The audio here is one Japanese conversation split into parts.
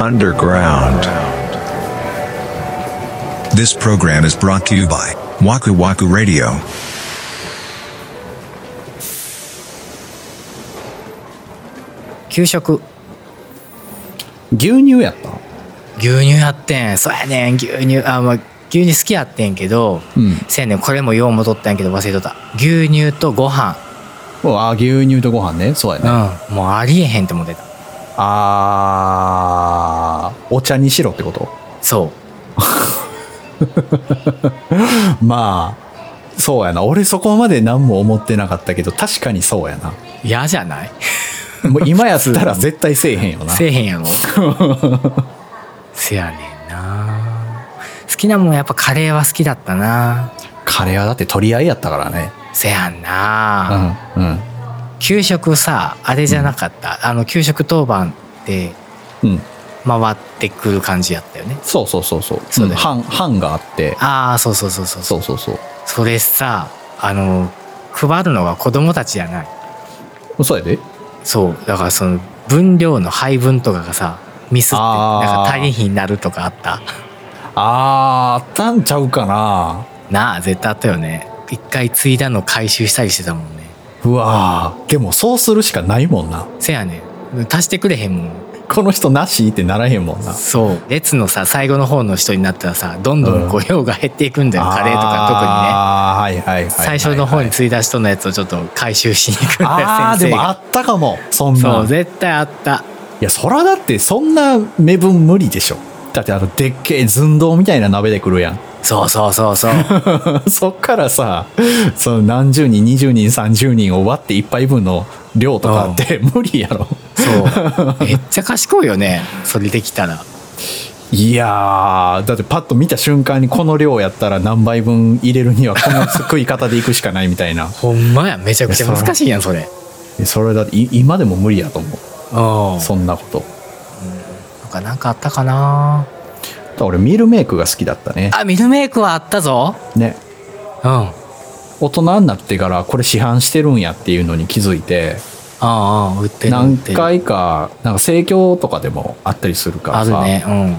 underground. This program is brought to you by Waku Waku Radio. 給食牛乳やった牛乳やってんそうやねん牛乳あまあ牛乳好きやってんけど、うんせやねんこれもようもとったんやけど忘れとった牛乳とご飯おあ牛乳とご飯ねそうやうね、んもうありえへんって思ってたあーお茶にしろってことそまあそうやな俺そこまで何も思ってなかったけど確かにそうやなう嫌じゃないも う今やったら絶対せえへんよなせえへんやろせやねんな好きなもんやっぱカレーは好きだったなカレーはだって取り合いやったからねせやんな、うんうん給食さあれじゃなかった、あの給食当番ってうん回ってくる感じやったよねそうそうそうそうそうだよ班班があってああそうそうそうそうそうそうそうそうそれさあの配るのが子供たちじゃないそうやでそうだからその分量の配分とかがさミスってあーなんか足りひんになるとかあったあーあったんちゃうかななあ絶対あったよね一回継いだの回収したりしてたもんねうわーでもそうするしかないもんなせやねん足してくれへんもんこの人なしってならへんもんなそう列のさ最後の方の人になったらさどんどんこう量が減っていくんだよ、カレーとかああ、はいはいはいはい特にね最初の方につ継いだ人のやつをちょっと回収しに行くんだよああ、で先生もあがったかも。そんそな。うんい絶対あったや、そらだってそんな目分無理でしょ。だってあの、でっけえ寸胴みたいな鍋で来るやん。 そうそうそうそうそっからさ、その何十人、20人、30人を割って一杯分の量とかって無理やろ。そうめっちゃ賢いよねそれできたら。いやー、だってパッと見た瞬間にこの量やったら何杯分入れるにはこのすくい方でいくしかないみたいなほんまやめちゃくちゃ難しいやんそれそれだってい今でも無理やと思うんう。そんなこと。なんかなんかあったかなただ俺ミルメイクが好きだったね。あミルメイクはあったぞね。うんうんうん大人になってからこれ市販してるんやっていうのに気づいて売ってる売何ってる回かなんか生協とかでもあったりするかあらるさ、ねうん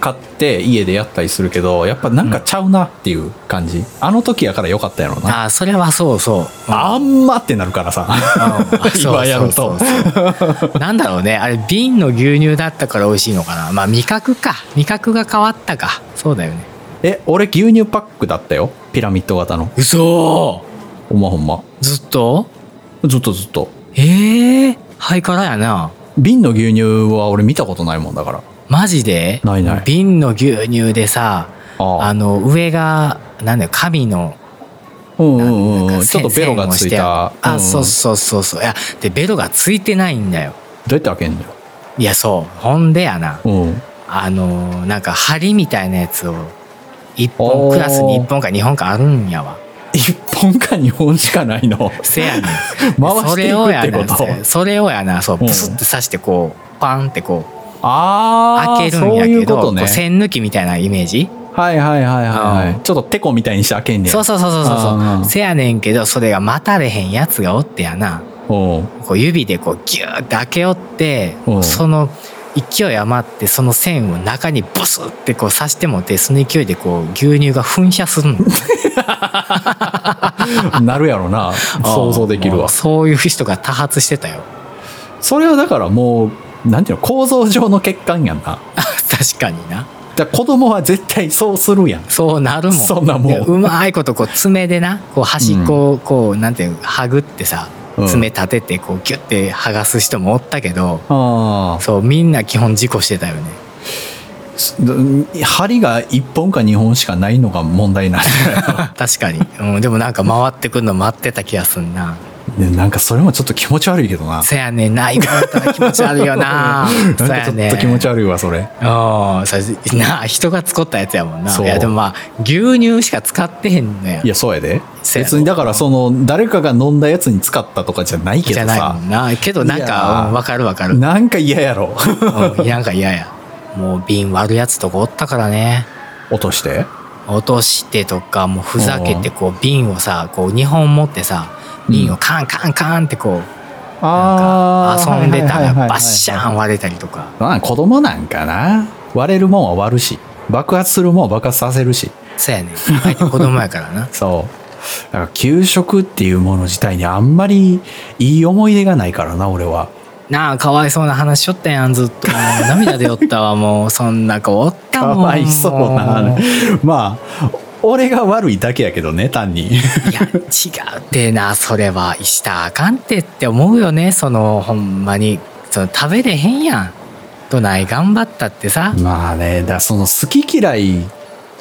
買って家でやったりするけどやっぱなんかちゃうなっていう感じ、あの時やからよかったやろうなあそれはそう そうあんまってなるからさ今やるととなんだろうねあれ瓶の牛乳だったから美味しいのかなまあ味覚か味覚が変わったかそうだよね え俺牛乳パックだったよピラミッド型の嘘ほんまほんまずっとずっとずっとええハイカラやな瓶の牛乳は俺見たことないもんだからマジでないない瓶の牛乳でさあああの上がなんだよ神のうんうんうんちょ線っとベロがついた線をしてあるあんそうそうそうそういやでベロがついてないんだよどうやって開けんのよいやそうほんでやなうんあのなんか針みたいなやつを一本おークラスに1本か2本かあるんやわ一本か二本しかないのせやね ん回していくってこそれをやなとそれをやなそううんプスって刺してこうパンってこうああ開けるんやそういけうこどとこうね線抜きみたいなイメージはいはいはいはい、うはい、ちょっとテコみたいにして開けんねやそうそうそうそうそうあそーうせやねんけどそれが待たれへんやつがおってやなおうこう指でこうギューって開けよってうんその勢い余ってその線を中にブスってこう刺してもってその勢いでこう牛乳が噴射するのなるやろな 想像できるもわうそういう人が多発してたよ それはだからもうなんていうの構造上の欠陥やんな確かになだから子供は絶対そうするやんそうなるもんそんなもんでうまいことこう爪でなこう端っこをこうなんていうはぐってさうん爪立ててこうギュッて剥がす人もおったけどあそうみんな基本事故してたよねあ針が一本か二本しかないのが問題なんじゃない の確かに、うん、でもなんか回ってくるの待ってた気がすんなねなんかそれもちょっと気持ち悪いけどなそやねんな今だったら気持ち悪いよな なんそかやちょねっと気持ち悪いわそれうんそれなあ人が作ったやつやもんなそういやでもまあ牛乳しか使ってへんのやいやそうやでそうやろ別にだからその誰かが飲んだやつに使ったとかじゃないけじゃどないもさんなけどなんいやかうんわかるわ かる、なんか嫌や ろうんなんか嫌やもう瓶割るやつとかおったからね落として落としてとかもうふざけてこう瓶をさこう2本持ってさ瓶をカンカンカンってこうなあんーか遊んでたはいはいらはいはいバッシャーン割れたりとかまあ子供なんかな割れるもんは割るし爆発するもんは爆発させるしそうやね相手子供やからな そうだから給食っていうもの自体にあんまりいい思い出がないからな俺はなあかわいそうな話しよったやんずっともう涙出よったわ もうそんな子おったかもんわいそうなもういまあ俺が悪いだけやけどね単にや違うってなそれはしたらあかんてって思うよねそのほんまにその食べれへんやんどない頑張ったってさ、まあねだからその好き嫌い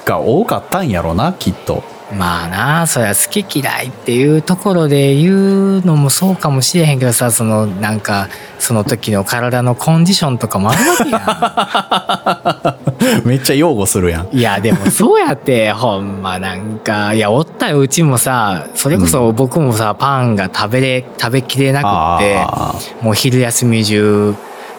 が多かったんやろなきっと まあなあそりゃ好き嫌いっていうところで言うのもそうかもしれへんけどさそのなんかその時の体のコンディションとかもあるわけやんめっちゃ擁護するやんいやでもそう やってほんまなんかいやおったようちもさそれこそ僕もさパンが食べれ食べきれなくってあもう昼休み中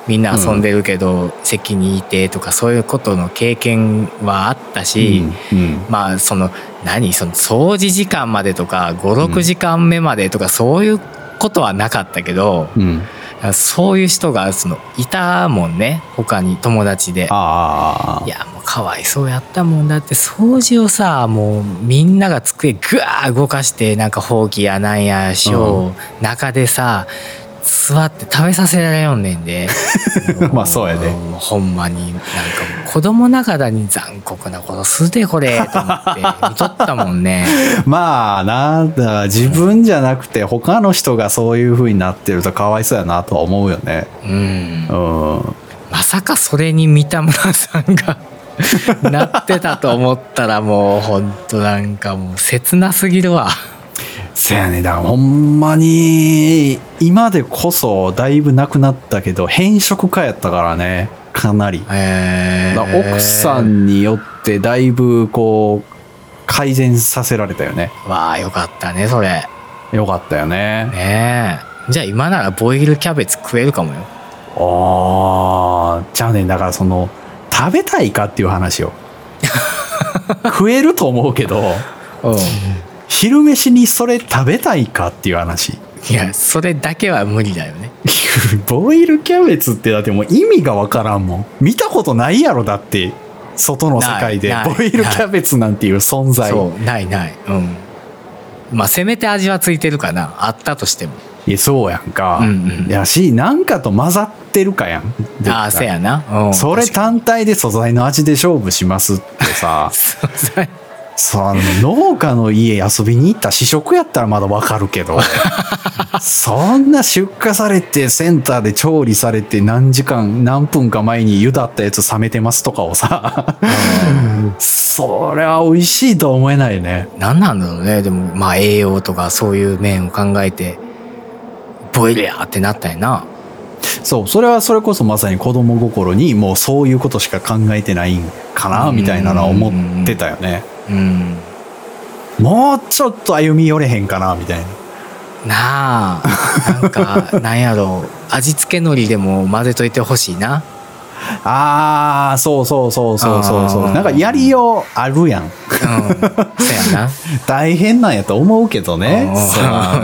みんな遊んでるけど、席にいてとかそういうことの経験はあったーし、うんうんまあその何その掃除時間までとか56時間目までとかそういうことはなかったけど、うんそういう人がそのいたもんね他に友達で。ああいやもうかわいそうやったもんだって掃除をさもうみんなが机ぐわー動かしてなんかほうきやなんやしよう、中でさ座って食べさせられよんねんで まあそうやでもうほんまになんかもう子供ながらに残酷なことするでこれと思って見とったもん ねまあなだから自分じゃなくて他の人がそういう風になってるとかわいそうやなとは思うよねうんうんまさかそれに三田村さんが なってたと思ったらもうほんとなんかもう切なすぎるわ。せやねだからほんまに今でこそだいぶなくなったけど変色家やったからねかなりえだから奥さんによってだいぶこう改善させられたよねわあよかったねそれよかったよねねえじゃあ今ならボイルキャベツ食えるかもよああじゃあねだからその食べたいかっていう話よ 食えると思うけど昼飯にそれ食べたいかっていう話 いやそれだけは無理だよねボイルキャベツってだってもう意味がわからんもん見たことないやろだって外の世界でないないボイルキャベツなんていう存在そうないないうんまあせめて味はついてるかなあったとしてもいやそうやんか、うんうんやしなんかと混ざってるかやん絶対ああせやな、うん、それ確か単体で素材の味で勝負しますってさに そうその農家の家遊びに行った試食やったらまだわかる けどそんな出荷されてセンターで調理されて何時間何分か前に湯だったやつ冷めてますとかをさ それは美味しいとは思えないね何なんだろうねでもまあ栄養とかそういう面を考えてボイルやってなったんやなそうそれはそれこそまさに子供心にもうそういうことしか考えてないんかなみたいなのは思ってたよねうんもうちょっと歩み寄れへんかなみたいななあなんかなんやろう味付け海苔でも混ぜといてほしいなああそうそうそうそうそうそうあーなんかやりようあるやん うんそやな大変なんやと思うけどねうんそら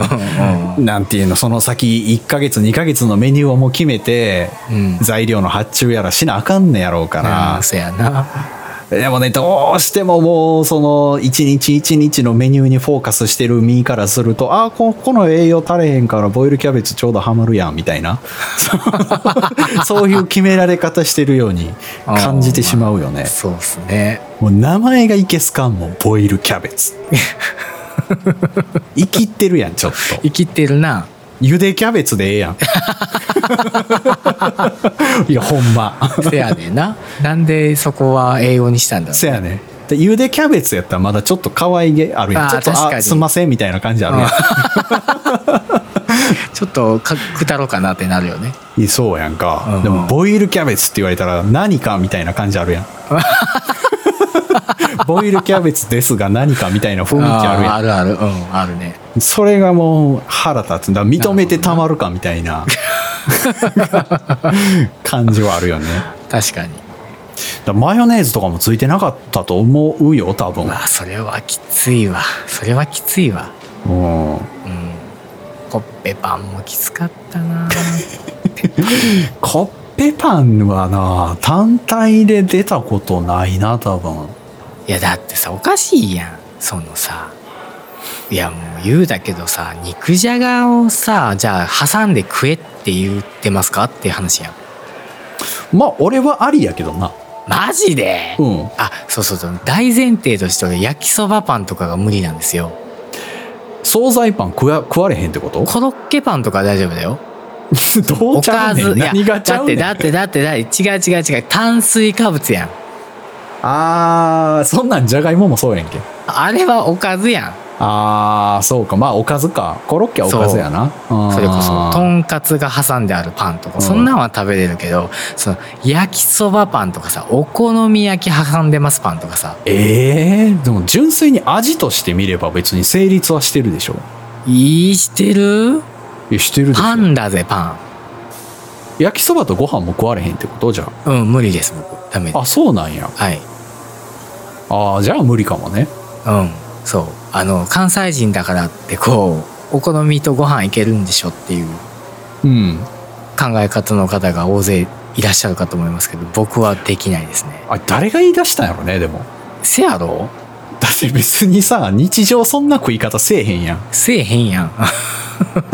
なんていうのその先1ヶ月2ヶ月のメニューをもう決めて、うん材料の発注やらしな あかんねやろうかあらあ、そやなでもねどうしてももうその一日一日のメニューにフォーカスしてる身からするとああここの栄養足れへんからボイルキャベツちょうどハマるやんみたいな そうそういう決められ方してるように感じてしまうよねそうっすねもう名前がいけすかんもんボイルキャベツ生きってるやんちょっと生きてるなゆでキャベツでええやんいやほんませやねんななんでそこは英語にしたんだろせやねでゆでキャベツやったらまだちょっと可愛げあるやんあーちょっと確かあにすんませんみたいな感じあるやんうちょっとかくたろうかなってなるよねいやそうやんか、うんうんでもボイルキャベツって言われたら何かみたいな感じある やんボイルキャベツですが何かみたいな雰囲気あるやんあーあるあるうんあるねそれがもう腹立つんだ認めてたまるかみたいな 感じはあるよね確かにだマヨネーズとかもついてなかったと思うよ多分うわそれはきついわそれはきついわうんうんコッペパンもきつかったなコッペパンはな単体で出たことないな多分いやだってさおかしいやんそのさいやもう言うだけどさ肉じゃがをさじゃあ挟んで食えって言ってますかっていう話やんまあ俺はありやけどなマジで、うんあそうそうそう大前提として俺焼きそばパンとかが無理なんですよ惣菜パン食わ食われへんって ことコロッケパンとか大丈夫だよどうおちゃかうねずんいや何がちゃだっうねてんだってだってだって違う違う違う炭水化物やんあーそんなんじゃがいももそうやんけあれはおかずやんあーそうかまあおかずかコロッケはおかずやなそれこそとんんかつが挟んであるパンとうかんそんなんは食べれるけどその焼きそばパンとかさお好み焼き挟んでますパンとかさえー、でも純粋に味として見れば別に成立はしてるでしょいいしてるいやしてるでしょパンだぜパ焼きそばとご飯も食われへんってことじゃンうん無理です僕ダメでああそうなんやはいああじゃあ無理かもねうんそうあの関西人だからってこうお好みとご飯いけるんでしょっていううん考え方の方が大勢いらっしゃるかと思いますけど僕はできないですねあ誰が言い出したんやろねでもせやろだって別にさ日常そんな食い方せえへんやん せえへんやん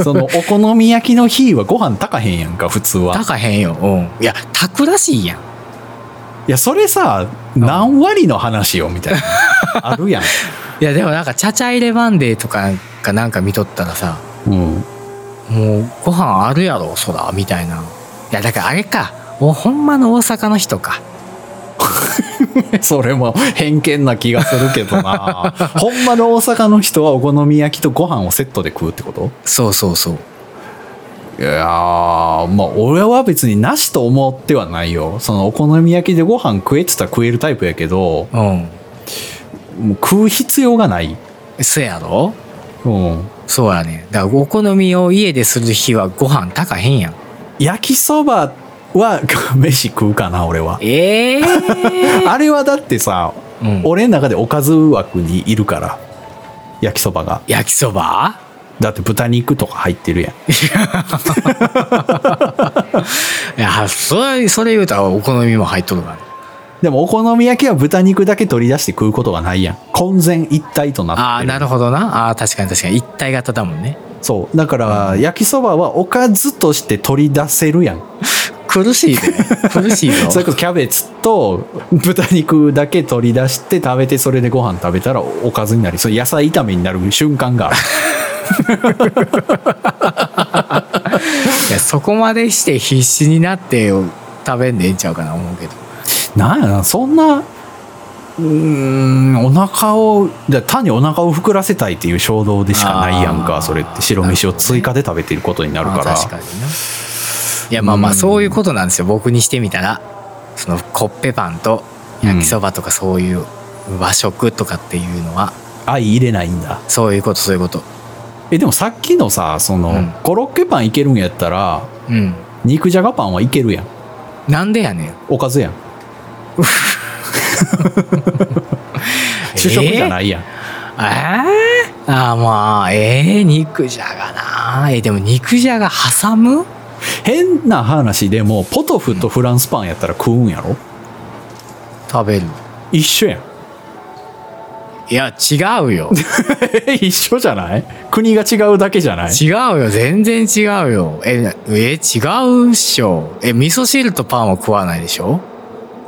そのお好み焼きの日はご飯炊かへんやんか普通はたかへんようんいやたくらしいやんいやそれさ何割の話よみたいなあるやんいやでもなんか「ちゃちゃ入れバンデー」とかがなんか見とったらさうんもうご飯あるやろそらみたいないやだからあれかもうほんまの大阪の人かそれも偏見な気がするけどなほんまの大阪の人はお好み焼きとご飯をセットで食うってことそうそうそういやーまあ俺は別になしと思ってはないよそのお好み焼きでご飯食えって言ったら食えるタイプやけどうんもう食う必要がないせやろうんそうやねだからお好みを家でする日はご飯たかへんやん焼きそばは 飯食うかな俺はええ あれはだってさ、うん俺の中でおかず枠にいるから焼きそばが焼きそばだって豚肉とか入ってるやんいやそれそれ言うたらお好みも入っとるからねでもお好み焼きは豚肉だけ取り出して食うことがないやん混然一体となってるああなるほどなあー確かに確かに一体型だもんねそうだから焼きそばはおかずとして取り出せるやん苦しいで苦しいぞそれこそキャベツと豚肉だけ取り出して食べてそれでご飯食べたらおかずになりそう野菜炒めになる瞬間があるいやそこまでして必死になって食べんでええんちゃうかな思うけどなんやなそんなうーんお腹をだ単にお腹を膨らせたいっていう衝動でしかないやんあかーそれって白飯を追加で食べてることになるかあら確かにないやまあまうあんそういうことなんですよ僕にしてみたらそのコッペパンと焼きそばとかそういう和食とかっていうのは相入れないんだそういうことそういうことえでもさっきのさその、うんコロッケパンいけるんやったらうん肉じゃがパンはいけるやんなんでやねんおかず やん主食じゃないやん、えー、あーまあえー、肉じゃがなえーでも肉じゃが挟む変な話でもポトフとフランスパンやったら食うんやろ食べる一緒 やんいや違うよ一緒じゃない国が違うだけじゃない違うよ全然違うよええ違うっしょえ味噌汁とパンは食わないでしょ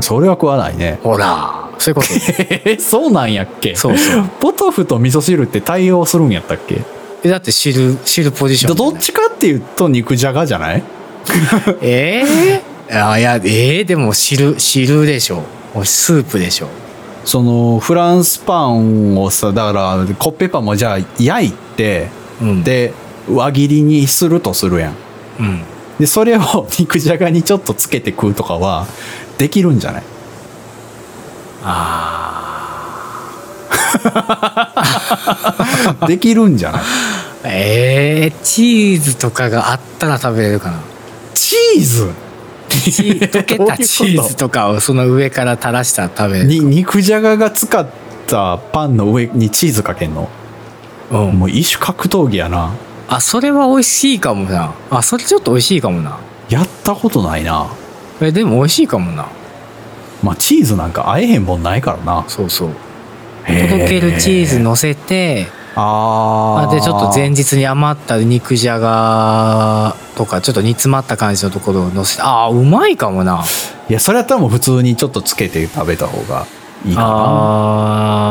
それは食わないねほらそういうこと えそうなんやっけそうそう ポトフと味噌汁って対応するんやったっけえだって汁汁ポジショどンじどゃないっちかっていうと肉じゃがじゃないええあいやええでも汁汁でしょもうスープでしょそのフランスパンをさだからコッペパンもじゃあ焼いて、うんで輪切りにするとするやんうんでそれを 肉じゃがにちょっとつけて食うとかはできるんじゃないああ できるんじゃないええチーズとかがあったら食べれるかなチーズチー溶 けどういうこたとチーズとかをその上から垂らしたら食べれるに肉じゃがが使ったパンの上にチーズかけんのうんもう一種格闘技やなあそれは美味しいかもなあそれちょっと美味しいかもなやったことないな。えでも美味しいかもなまあ、チーズなんか会えへんもんないからな。そうそう届けるチーズの。乗せてああーでちょっと前日に余った肉じゃがとかちょっと煮詰まった感じのところを乗せてああうまいかもないや、それやったらもう普通にちょっとつけて食べた方がいいかな。あ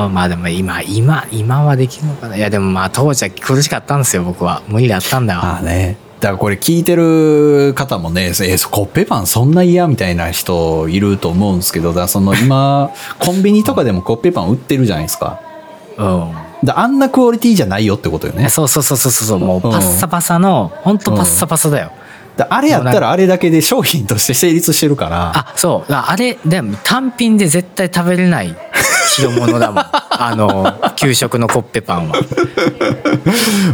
あーまあでも今今今はできるのかないやでもまあ当時は苦しかったんですよ僕は無理だったんだわああね。だからこれ聞いてる方もね、えーコッペパンそんな嫌みたいな人いると思うんですけど、だからその 今、コンビニとかでもコッペパン売ってるじゃないですか。うだからあんなクオリティじゃないよってことよねん。そうそうそうそうそうもうパッサパサのほんとパッサパサだよだからあれやったらあれだけで商品として成立してるから。あそうああれでも単品で絶対食べれない代物 だもんあの給食のコッペパンは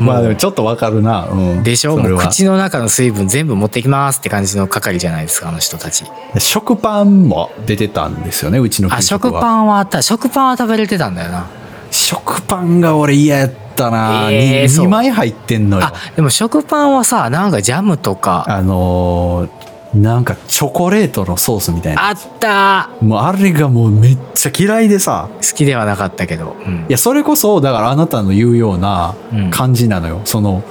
まあでもちょっとわかるな。うん、でしょそもれうは口の中の水分全部持ってきますって感じの係じゃないですかあの人たち食パンも出てたんですよね、うちの給あ食食は。パンはあった食パンは食べれてたんだよな食パンが俺嫌やったな、えーにそう2枚入ってんのよあ。でも食パンはさなんかジャムとかあのーなんかチョコレートのソースみたいな。あったもうあれがもうめっちゃ嫌いでさ。好きではなかったけど、うんいや、それこそ、だからあなたの言うようなうん感じなのよ。その、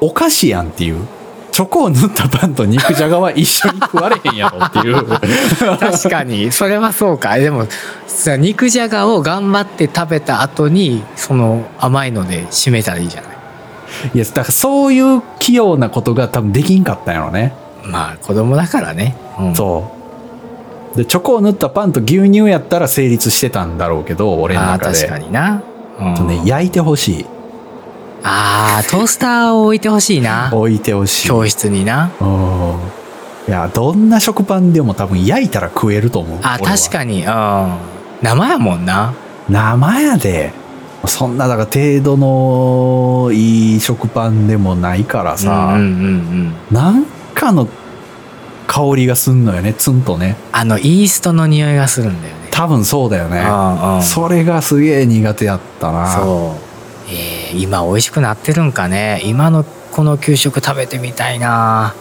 お菓子やんっていう。チョコを塗ったパンと肉じゃがは一緒に食われへんやろって いう。確かにそれはそうかでもさ肉じゃがを頑張って食べた後にその甘いので締めたらいいじゃないいや、だからそういう器用なことが多分できんかったんやろね。まあ子供だからね、うんそう。で、チョコを塗ったパンと牛乳やったら成立してたんだろうけど、俺のああ中で。確かにな、うちょっとね、ん、焼いてほしい。ああトースターを置いてほしいな置いてほしい。うん。教室にないや、どんな食パンでも多分焼いたら食えると思う。あ俺は確かにうん生やもんな生やで。そんな、だから程度のいい食パンでもないからさ、うんうんうんうんなんかの香りがすんのよね、ツンとね。あのイーストの匂いがするんだよね多分そうだよね。うんうんそうそれがすげえ苦手やったな。えー今美味しくなってるんかね今のこの給食食べてみたいな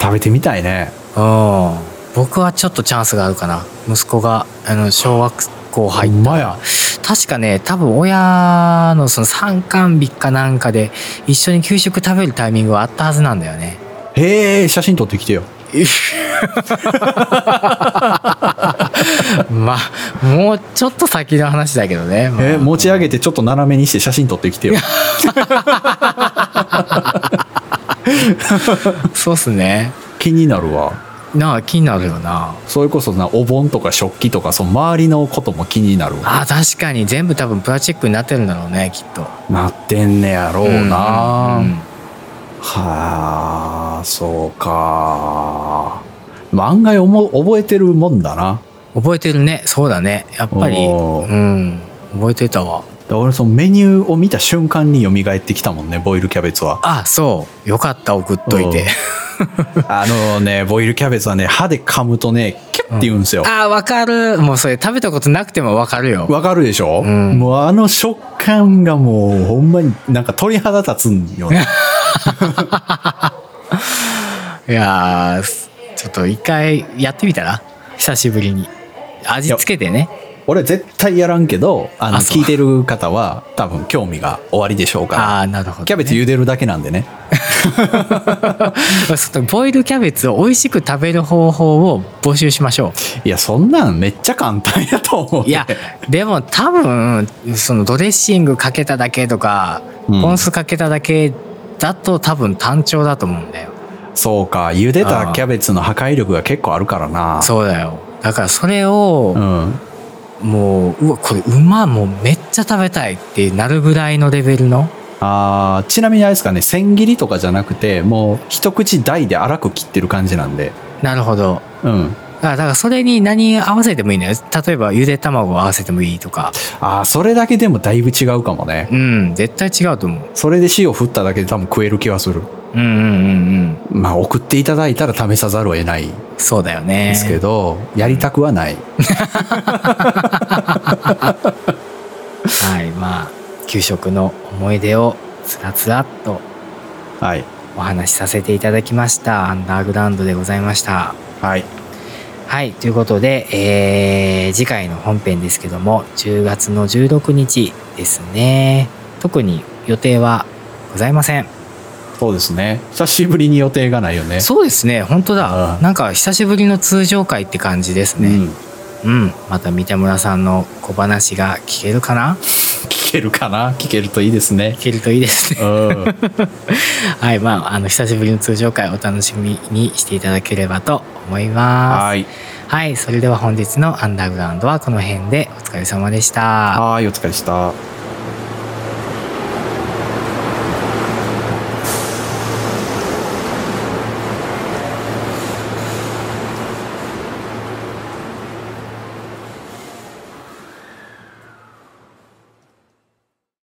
食べてみたいね。うん僕はちょっとチャンスがあるかな息子があの小学校入うっまや。確かね多分親のその参観日かなんかで一緒に給食食べるタイミングはあったはずなんだよねへえ、写真撮ってきてよ。まあもうちょっと先の話だけどね、えー、もう持ち上げてちょっと斜めにして写真撮ってき てよ。そうっすね気になるわ。なあ気になるよなそれこそな、お盆とか食器とか、その周りのことも気になるわ。あ確かに全部多分プラスチックになってるんだろうねきっとなってんねやろうな。うんうんうんはあ、そうか。案外おも覚えてるもんだな。覚えてるねそうだねやっぱりおーうん覚えてたわだから俺そのメニューを見た瞬間に蘇ってきたもんね、ボイルキャベツは。 あそうよかった送っといてあのね、ボイルキャベツはね、歯で噛むとね、キュッて言うんですよ。 あわかるもうそれ食べたことなくてもわかるよわかるでしょ、んもうあの食感がもうほんまになんか鳥肌立つんよね。いやーちょっと一回やってみたら久しぶりに味付けてね 俺絶対やらんけど、あの、あそう聞いてる方は多分興味が終わりでしょうから。ああーなるほど、ね、キャベツ茹でるだけなんでね。 そのボイルキャベツを美味しく食べる方法を募集しましょいや、そんなんめっちゃ簡単やと思う、ういやでも多分そのドレッシングかけただけとかうんポン酢かけただけだと多分単調だと思うんだよ、そうか、茹であたーキャベツの破壊力が結構あるからな。そうだよだからそれを、うん。もううわこれうまもうめっちゃ食べたいってなるぐらいのレベルのあーちなみにあれですかね、千切りとかじゃなくて、もう一口大で粗く切ってる感じなんで。なるほどうん。あだからそれに何合わせてもいいのよ例えばゆで卵を合わせてもいいとかああ、それだけでもだいぶ違うかもね。うん絶対違うと思うそれで塩振っただけで多分食える気はする。うんうんうんうんまあ、送っていただいたら試さざるを得ないそうだよねですけど、やりたくはない。はいまあ給食の思い出をつらつらっとはい。お話しさせていただきましたアンダーグラウンドでございましたはい。はいということで、えー次回の本編ですけども10月の16日ですね特に予定はございませんそうですね。久しぶりに予定がないよね。そうですね本当だうんなんか久しぶりの通常会って感じですうねん。うん、また三田村さんの小話が聞けるかな聞けるかな聞けるといいですね。聞けるといいですねうん。 はい、まあ、あの、久しぶりの通常会お楽しみにしていただければと思います。はい。はい、それでは本日のアンダーグラウンドはこの辺でお疲れ様でした。はい、お疲れ様でした。